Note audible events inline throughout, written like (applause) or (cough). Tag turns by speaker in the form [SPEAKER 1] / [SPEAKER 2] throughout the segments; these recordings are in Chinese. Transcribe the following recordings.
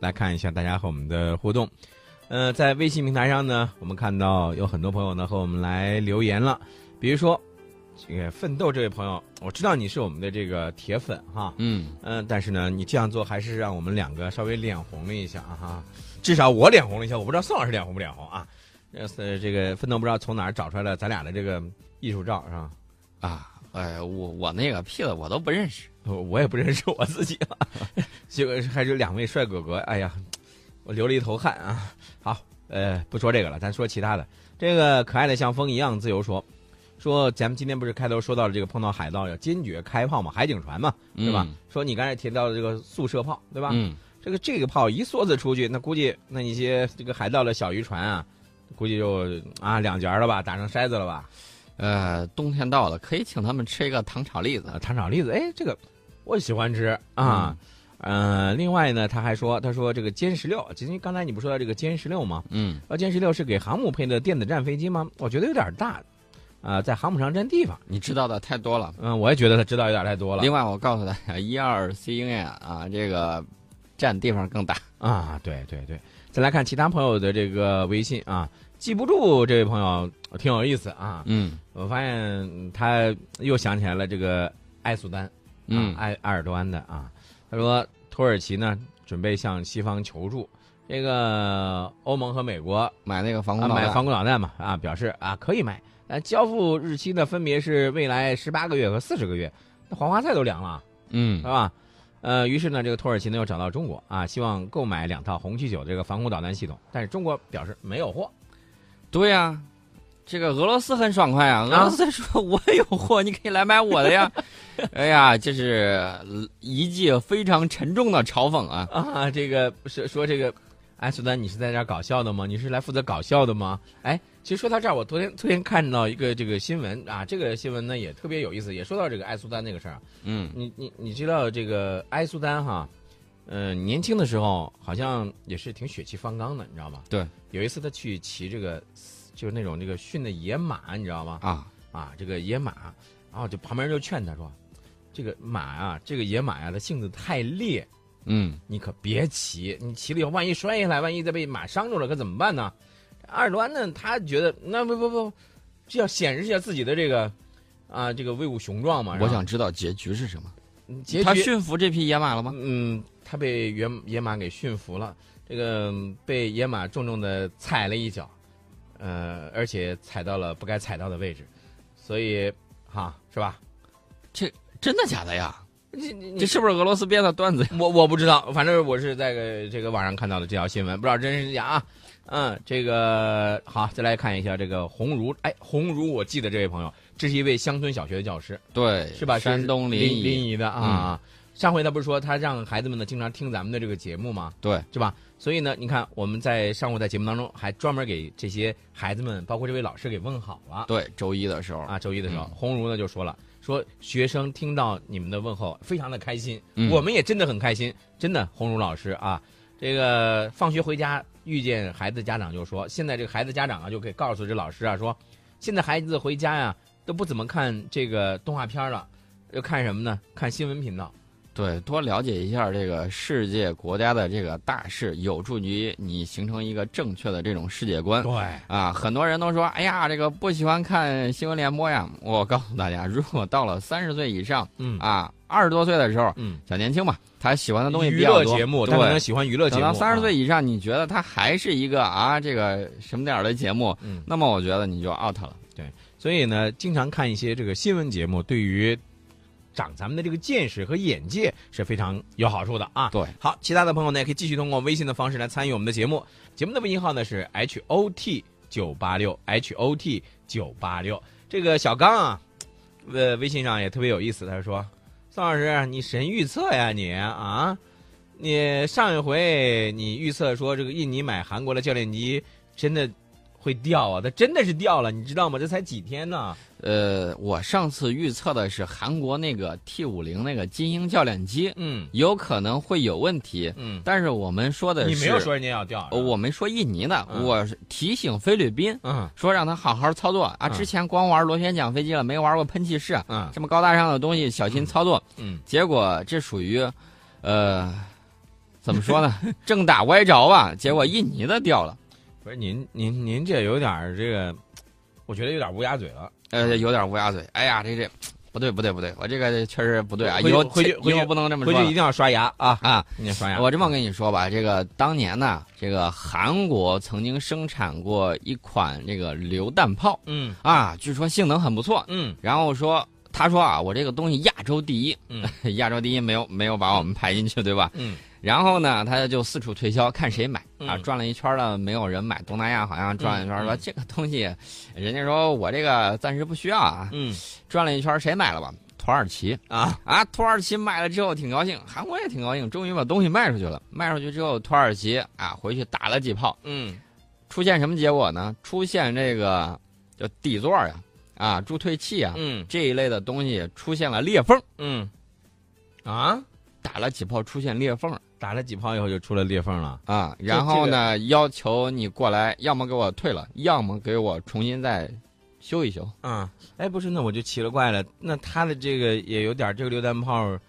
[SPEAKER 1] 来看一下大家和我们的互动。呃，在微信平台上呢，我们看到有很多朋友呢和我们来留言了，比如说这个奋斗这位朋友，我知道你是我们的这个铁粉哈，
[SPEAKER 2] 嗯，
[SPEAKER 1] 嗯、但是呢，你这样做还是让我们两个稍微脸红了一下啊哈，至少我脸红了一下，我不知道宋老师脸红不脸红啊。呃，这个奋斗不知道从哪儿找出来了咱俩的这个艺术照是吧？
[SPEAKER 2] 啊，哎，我我那个屁了，我都不认识。
[SPEAKER 1] 我我也不认识我自己了， (laughs) 结果还是两位帅哥哥，哎呀，我流了一头汗啊。好，呃，不说这个了，咱说其他的。这个可爱的像风一样自由说，说咱们今天不是开头说到了这个碰到海盗要坚决开炮嘛，海警船嘛，对吧？
[SPEAKER 2] 嗯
[SPEAKER 1] 说你刚才提到的这个速射炮，对吧？
[SPEAKER 2] 嗯，
[SPEAKER 1] 这个这个炮一梭子出去，那估计那一些这个海盗的小渔船啊，估计就啊两截儿了吧，打成筛子了吧？
[SPEAKER 2] 呃，冬天到了，可以请他们吃一个糖炒栗
[SPEAKER 1] 啊，
[SPEAKER 2] 子。
[SPEAKER 1] 糖炒栗子，哎，这个我喜欢吃啊。呃，另外呢，他还说，他说这个歼十六，今天刚才你不说到这个歼十六吗？
[SPEAKER 2] 嗯，
[SPEAKER 1] 啊，歼十六是给航母配的电子战飞机吗？我觉得有点大，啊、在航母上占地方。
[SPEAKER 2] 你知道的太多了。
[SPEAKER 1] 嗯、我也觉得他知道有点太多了
[SPEAKER 2] 另外，我告诉大家，一二 C 应验啊，这个占地方更大。
[SPEAKER 1] 啊。对对对，再来看其他朋友的这个微信啊，记不住这位朋友挺有意思啊。
[SPEAKER 2] 嗯
[SPEAKER 1] 我发现他又想起来了这个埃苏丹，
[SPEAKER 2] 嗯
[SPEAKER 1] 啊，埃埃尔多安的啊，他说土耳其呢准备向西方求助，这个欧盟和美国啊
[SPEAKER 2] 哎买那个防空导弹。
[SPEAKER 1] 买防空导弹嘛啊表示啊可以买，但交付日期呢分别是未来十八个月和四十个月，那黄花菜都凉了
[SPEAKER 2] 嗯
[SPEAKER 1] 是吧？呃，于是呢，这个土耳其呢又找到中国啊，希望购买两套红旗九这个防空导弹系统，但是中国表示没有货，
[SPEAKER 2] 对呀、这个俄罗斯很爽快啊！俄罗斯说：“我有货，你可以来买我的 (laughs) 呀。”哎呀，这是一记非常沉重的嘲讽啊！
[SPEAKER 1] 啊，这个说说这个，哎，苏丹，你是在这儿搞笑的吗？你是来负责搞笑的吗？哎，其实说到这儿，我昨天昨天看到一个这个新闻啊，这个新闻呢也特别有意思，也说到这个埃苏丹那个事儿啊。
[SPEAKER 2] 嗯
[SPEAKER 1] 你你你知道这个埃苏丹哈，呃，年轻的时候好像也是挺血气方刚的，你知道吗？
[SPEAKER 2] 对，
[SPEAKER 1] 有一次他去骑这个就是那种这个驯的野马，你知道吗？
[SPEAKER 2] 啊，
[SPEAKER 1] 啊，这个野马，然后就旁边人就劝他说，这个马啊，这个野马呀、它性子太烈。
[SPEAKER 2] 嗯
[SPEAKER 1] 你可别骑，你骑了以后万一摔下来，万一再被马伤着了，可怎么办呢？阿尔多安呢，他觉得那不不不，这要显示一下自己的这个啊这个威武雄壮嘛。
[SPEAKER 2] 我想知道结局是什么。
[SPEAKER 1] 想结
[SPEAKER 2] 他
[SPEAKER 1] 局，
[SPEAKER 2] 驯服这匹野马了吗？
[SPEAKER 1] 嗯，他被野野马给驯服了，这个嗯被野马重重的踩了一脚，呃，而且踩到了不该踩到的位置，所以哈是吧？
[SPEAKER 2] 真的假的呀？
[SPEAKER 1] 你你
[SPEAKER 2] 这是不是俄罗斯编的段子呀？
[SPEAKER 1] 我我不知道，反正我是在个这个网上看到的这条新闻，不知道真是假啊。嗯，这个好，再来看一下这个鸿儒，哎，鸿儒，我记得这位朋友，这是一位乡村小学的教师，
[SPEAKER 2] 对，
[SPEAKER 1] 是吧？是
[SPEAKER 2] 山东临
[SPEAKER 1] 临沂
[SPEAKER 2] 沂。嗯
[SPEAKER 1] 的啊。上回他不是说他让孩子们呢经常听咱们的这个节目吗？
[SPEAKER 2] 对，
[SPEAKER 1] 是吧？所以呢，你看我们在上午在节目当中还专门给这些孩子们，包括这位老师给问好了。
[SPEAKER 2] 对，周一的时候，
[SPEAKER 1] 啊，周一的时候
[SPEAKER 2] 嗯，
[SPEAKER 1] 鸿儒呢就说了，说学生听到你们的问候非常的开心，
[SPEAKER 2] 嗯
[SPEAKER 1] 我们也真的很开心，真的，鸿儒老师啊，这个放学回家遇见孩子家长就说，现在这个孩子家长啊就可以告诉这老师啊说，现在孩子回家呀、都不怎么看这个动画片了，就看什么呢？看新闻频道。
[SPEAKER 2] 对，多了解一下这个世界国家的这个大事，有助于你形成一个正确的这种世界观。
[SPEAKER 1] 对，
[SPEAKER 2] 啊，很多人都说，哎呀，这个不喜欢看新闻联播呀。我告诉大家，如果到了三十岁以上
[SPEAKER 1] 嗯
[SPEAKER 2] 啊，二十多岁的时候，
[SPEAKER 1] 嗯，
[SPEAKER 2] 小年轻嘛，他喜欢的东西比
[SPEAKER 1] 娱
[SPEAKER 2] 较
[SPEAKER 1] 乐
[SPEAKER 2] 多
[SPEAKER 1] 节目，他可能
[SPEAKER 2] 对。
[SPEAKER 1] 喜欢娱乐节
[SPEAKER 2] 等
[SPEAKER 1] 目。
[SPEAKER 2] 到三十岁
[SPEAKER 1] 啊，
[SPEAKER 2] 以上，你觉得他还是一个啊，这个什么点儿的节目，
[SPEAKER 1] 嗯，
[SPEAKER 2] 那么我觉得你就 out 了。
[SPEAKER 1] 所以呢，经常看一些这个新闻节目，对于长咱们的这个见识和眼界是非常有好处的啊。
[SPEAKER 2] 对，
[SPEAKER 1] 好，其他的朋友呢，也可以继续通过微信的方式来参与我们的节目。节目的微信号呢是 H O T 九八六 H O T 九八六。这个小刚啊，呃，微信上也特别有意思，他说：“宋老师，你神预测呀你啊！你上一回你预测说这个印尼买韩国的教练机真的会掉啊，它真的是掉了，你知道吗？这才几天呢。
[SPEAKER 2] 呃，我上次预测的是韩国那个 T 五零那个金鹰教练机
[SPEAKER 1] 嗯
[SPEAKER 2] 有可能会有问题，
[SPEAKER 1] 嗯，
[SPEAKER 2] 但是我们说的是
[SPEAKER 1] 你没有说人家要掉，
[SPEAKER 2] 呃我没说印尼的，
[SPEAKER 1] 嗯
[SPEAKER 2] 我是提醒菲律宾
[SPEAKER 1] 嗯
[SPEAKER 2] 说让他好好操作啊！
[SPEAKER 1] 嗯
[SPEAKER 2] 之前光玩螺旋桨飞机了，没玩过喷气式，
[SPEAKER 1] 嗯
[SPEAKER 2] 这么高大上的东西，小心操作。
[SPEAKER 1] 嗯
[SPEAKER 2] 结果这属于，呃，怎么说呢？ (laughs) 正打歪着吧，结果印尼的掉了，
[SPEAKER 1] 不是您您您这有点儿这个，我觉得有点乌鸦嘴了。
[SPEAKER 2] 呃，有点乌鸦嘴。哎呀，这这不对不对不对，我这个确实不对啊，
[SPEAKER 1] 回去
[SPEAKER 2] 以后
[SPEAKER 1] 回去
[SPEAKER 2] 切
[SPEAKER 1] 回
[SPEAKER 2] 以
[SPEAKER 1] 去
[SPEAKER 2] 后不能这么
[SPEAKER 1] 回
[SPEAKER 2] 说
[SPEAKER 1] 去一
[SPEAKER 2] 了
[SPEAKER 1] 定要刷牙啊！
[SPEAKER 2] 啊。
[SPEAKER 1] 你得刷牙。
[SPEAKER 2] 我这么跟你说吧，这个当年呢，这个韩国曾经生产过一款这个榴弹炮
[SPEAKER 1] 嗯
[SPEAKER 2] 啊，据说性能很不错。
[SPEAKER 1] 嗯
[SPEAKER 2] 然后说，他说啊，我这个东西亚洲第一，
[SPEAKER 1] 嗯
[SPEAKER 2] (laughs) 亚洲第一没有没有把我们排进去，对吧？
[SPEAKER 1] 嗯
[SPEAKER 2] 然后呢，他就四处推销，看谁买啊。
[SPEAKER 1] 嗯
[SPEAKER 2] 转了一圈了，没有人买。东南亚好像转了一圈
[SPEAKER 1] 嗯
[SPEAKER 2] 说、
[SPEAKER 1] 嗯
[SPEAKER 2] 这个东西，人家说我这个暂时不需要啊。
[SPEAKER 1] 嗯
[SPEAKER 2] 转了一圈，谁买了吧？土耳其
[SPEAKER 1] 啊
[SPEAKER 2] 啊，土耳其买了之后挺高兴，韩国也挺高兴，终于把东西卖出去了。卖出去之后，土耳其啊回去打了几炮，
[SPEAKER 1] 嗯
[SPEAKER 2] 出现什么结果呢？出现这个叫底座呀、啊、助推器啊、
[SPEAKER 1] 嗯
[SPEAKER 2] 这一类的东西出现了裂缝，
[SPEAKER 1] 嗯啊！
[SPEAKER 2] 打了几炮出现裂缝
[SPEAKER 1] 打了几炮以后就出了裂缝了。
[SPEAKER 2] 啊，
[SPEAKER 1] 这
[SPEAKER 2] 然后呢，要求你过来，要么给我退了，要么给我重新再修一修。
[SPEAKER 1] 啊，哎，不是，那我就奇了怪了，那他的这个也有点儿这个榴弹炮儿，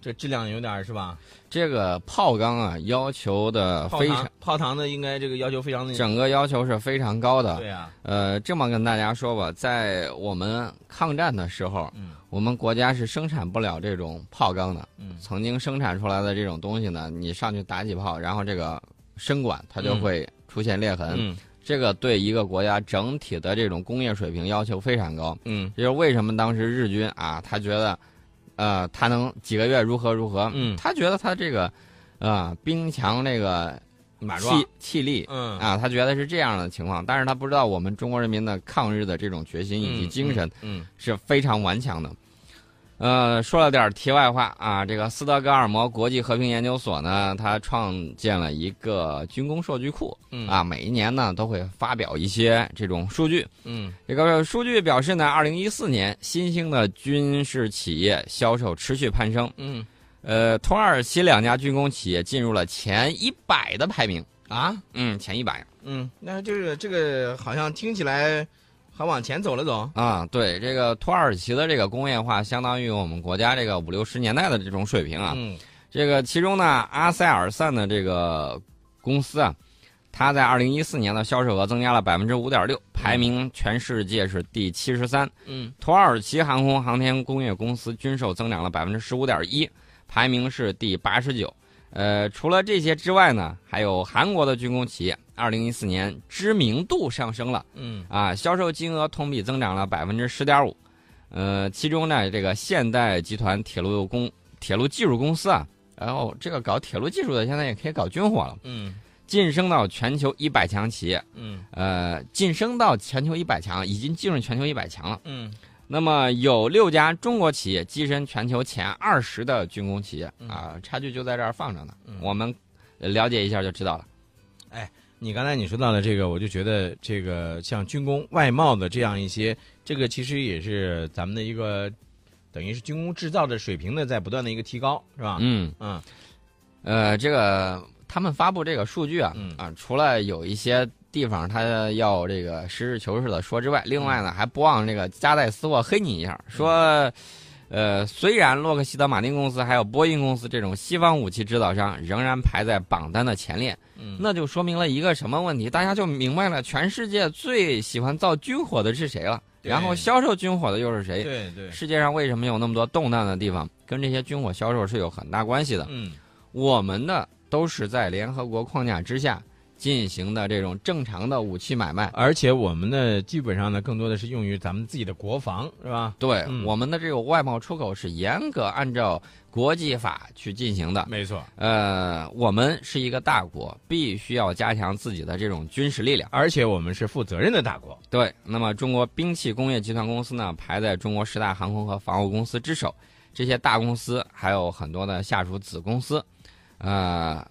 [SPEAKER 1] 这质量有点儿是吧？
[SPEAKER 2] 这个炮钢啊，要求的
[SPEAKER 1] 炮
[SPEAKER 2] 非常
[SPEAKER 1] 糖，炮糖的应该这个要求非常的
[SPEAKER 2] 整个要求是非常高的。
[SPEAKER 1] 对啊，
[SPEAKER 2] 呃，这么跟大家说吧，在我们抗战的时候，
[SPEAKER 1] 嗯
[SPEAKER 2] 我们国家是生产不了这种炮钢的。
[SPEAKER 1] 嗯
[SPEAKER 2] 曾经生产出来的这种东西呢，你上去打几炮，然后这个身管它就
[SPEAKER 1] 嗯
[SPEAKER 2] 会出现裂痕。
[SPEAKER 1] 嗯
[SPEAKER 2] 这个对一个国家整体的这种工业水平要求非常高。
[SPEAKER 1] 嗯
[SPEAKER 2] 这就是为什么当时日军啊，他觉得，呃，他能几个月如何如何，
[SPEAKER 1] 嗯
[SPEAKER 2] 他觉得他这个，啊、兵强这个
[SPEAKER 1] 马壮
[SPEAKER 2] 气气力
[SPEAKER 1] 嗯
[SPEAKER 2] 啊，他觉得是这样的情况，但是他不知道我们中国人民的抗日的这种决心以及精神
[SPEAKER 1] 嗯
[SPEAKER 2] 是非常顽强的。呃，说了点题外话啊，这个斯德哥尔摩国际和平研究所呢，它创建了一个军工数据库
[SPEAKER 1] 嗯
[SPEAKER 2] 啊，每一年呢都会发表一些这种数据。
[SPEAKER 1] 嗯
[SPEAKER 2] 这个数据表示呢，二零一四年新兴的军事企业销售持续攀升。
[SPEAKER 1] 嗯
[SPEAKER 2] 呃，土耳其两家军工企业进入了前一百的排名。
[SPEAKER 1] 啊
[SPEAKER 2] 嗯，前一百
[SPEAKER 1] 嗯，那这个这个好像听起来还往前走了走，
[SPEAKER 2] 啊，对，这个土耳其的这个工业化，相当于我们国家这个五六十年代的这种水平啊。
[SPEAKER 1] 嗯
[SPEAKER 2] 这个其中呢，阿塞尔散的这个公司啊，它在二零一四年的销售额增加了百分之五点六，排名全世界是第七十三。
[SPEAKER 1] 嗯
[SPEAKER 2] 土耳其航空航天工业公司军售增长了百分之十五点一，排名是第八十九。呃，除了这些之外呢，还有韩国的军工企业，二零一四年知名度上升了
[SPEAKER 1] 嗯
[SPEAKER 2] 啊，销售金额同比增长了百分之十点五。呃，其中呢，这个现代集团铁路工铁路技术公司啊，然后这个搞铁路技术的现在也可以搞军火了，
[SPEAKER 1] 嗯
[SPEAKER 2] 晋升到全球一百强企业，
[SPEAKER 1] 嗯
[SPEAKER 2] 呃，晋升到全球一百强，已经进入全球一百强了。
[SPEAKER 1] 嗯
[SPEAKER 2] 那么有六家中国企业跻身全球前二十的军工企业
[SPEAKER 1] 嗯
[SPEAKER 2] 啊、差距就在这儿放着呢。
[SPEAKER 1] 嗯
[SPEAKER 2] 我们了解一下就知道了。
[SPEAKER 1] 你刚才你说到的这个，我就觉得这个像军工、外贸的这样一些，这个其实也是咱们的一个，等于是军工制造的水平的在不断的一个提高，是吧？
[SPEAKER 2] 嗯，
[SPEAKER 1] 嗯
[SPEAKER 2] 呃，这个他们发布这个数据啊，
[SPEAKER 1] 嗯
[SPEAKER 2] 啊，除了有一些地方他要这个实事求是的说之外，另
[SPEAKER 1] 嗯
[SPEAKER 2] 外呢还不忘这个夹带私货黑你一下，说。呃，虽然洛克希德马丁公司还有波音公司这种西方武器制造商仍然排在榜单的前列，
[SPEAKER 1] 嗯
[SPEAKER 2] 那就说明了一个什么问题？大家就明白了，全世界最喜欢造军火的是谁了，
[SPEAKER 1] 对
[SPEAKER 2] 然后销售军火的又是谁？
[SPEAKER 1] 对对，
[SPEAKER 2] 世界上为什么有那么多动荡的地方，跟这些军火销售是有很大关系的。
[SPEAKER 1] 嗯
[SPEAKER 2] 我们的都是在联合国框架之下进行的这种正常的武器买卖。
[SPEAKER 1] 而且我们呢，基本上呢，更多的是用于咱们自己的国防，是吧？
[SPEAKER 2] 对、
[SPEAKER 1] 嗯
[SPEAKER 2] 我们的这个外贸出口是严格按照国际法去进行的。
[SPEAKER 1] 没错。嗯
[SPEAKER 2] 呃，我们是一个大国，必须要加强自己的这种军事力量。
[SPEAKER 1] 而且我们是负责任的大国。
[SPEAKER 2] 对，那么中国兵器工业集团公司呢，排在中国十大航空和防务公司之首。这些大公司还有很多的下属子公司。呃，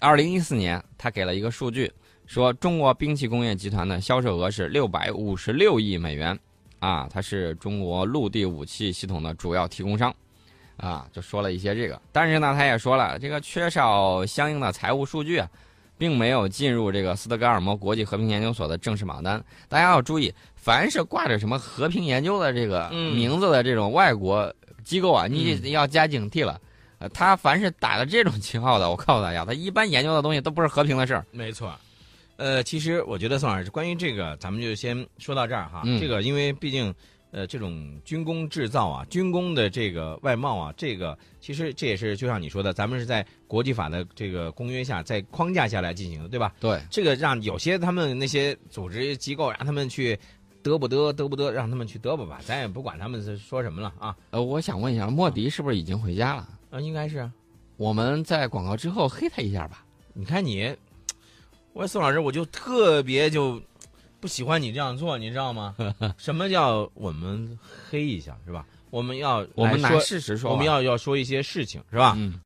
[SPEAKER 2] 二零一四年，他给了一个数据，说中国兵器工业集团的销售额是六百五十六亿美元，啊，它是中国陆地武器系统的主要提供商。啊，就说了一些这个，但是呢，他也说了，这个缺少相应的财务数据啊，并没有进入这个斯德哥尔摩国际和平研究所的正式榜单。大家要注意，凡是挂着什么和平研究的这个
[SPEAKER 1] 嗯
[SPEAKER 2] 名字的这种外国机构啊，你
[SPEAKER 1] 嗯
[SPEAKER 2] 要加警惕了。呃，他凡是打着这种旗号的，我告诉大家，他一般研究的东西都不是和平的事儿。
[SPEAKER 1] 没错。呃，其实我觉得宋老师，关于这个，咱们就先说到这儿哈。
[SPEAKER 2] 嗯
[SPEAKER 1] 这个，因为毕竟，呃，这种军工制造啊，军工的这个外贸啊，这个其实这也是就像你说的，咱们是在国际法的这个公约下，在框架下来进行的，对吧？
[SPEAKER 2] 对，
[SPEAKER 1] 这个让有些他们那些组织机构让他们去嘚不嘚嘚不嘚，让他们去嘚吧吧，咱也不管他们是说什么了啊。
[SPEAKER 2] 呃，我想问一下，莫迪是不是已经回家了？
[SPEAKER 1] 啊，应该是啊。
[SPEAKER 2] 我们在广告之后黑他一下吧。
[SPEAKER 1] 你看你，我说宋老师，我就特别就不喜欢你这样做，你知道吗？ (laughs) 什么叫我们黑一下是吧？我们要
[SPEAKER 2] 我
[SPEAKER 1] 来
[SPEAKER 2] 们拿
[SPEAKER 1] 哎说，
[SPEAKER 2] 事实说
[SPEAKER 1] 我
[SPEAKER 2] 话，
[SPEAKER 1] 们要要说一些事情是吧？
[SPEAKER 2] 嗯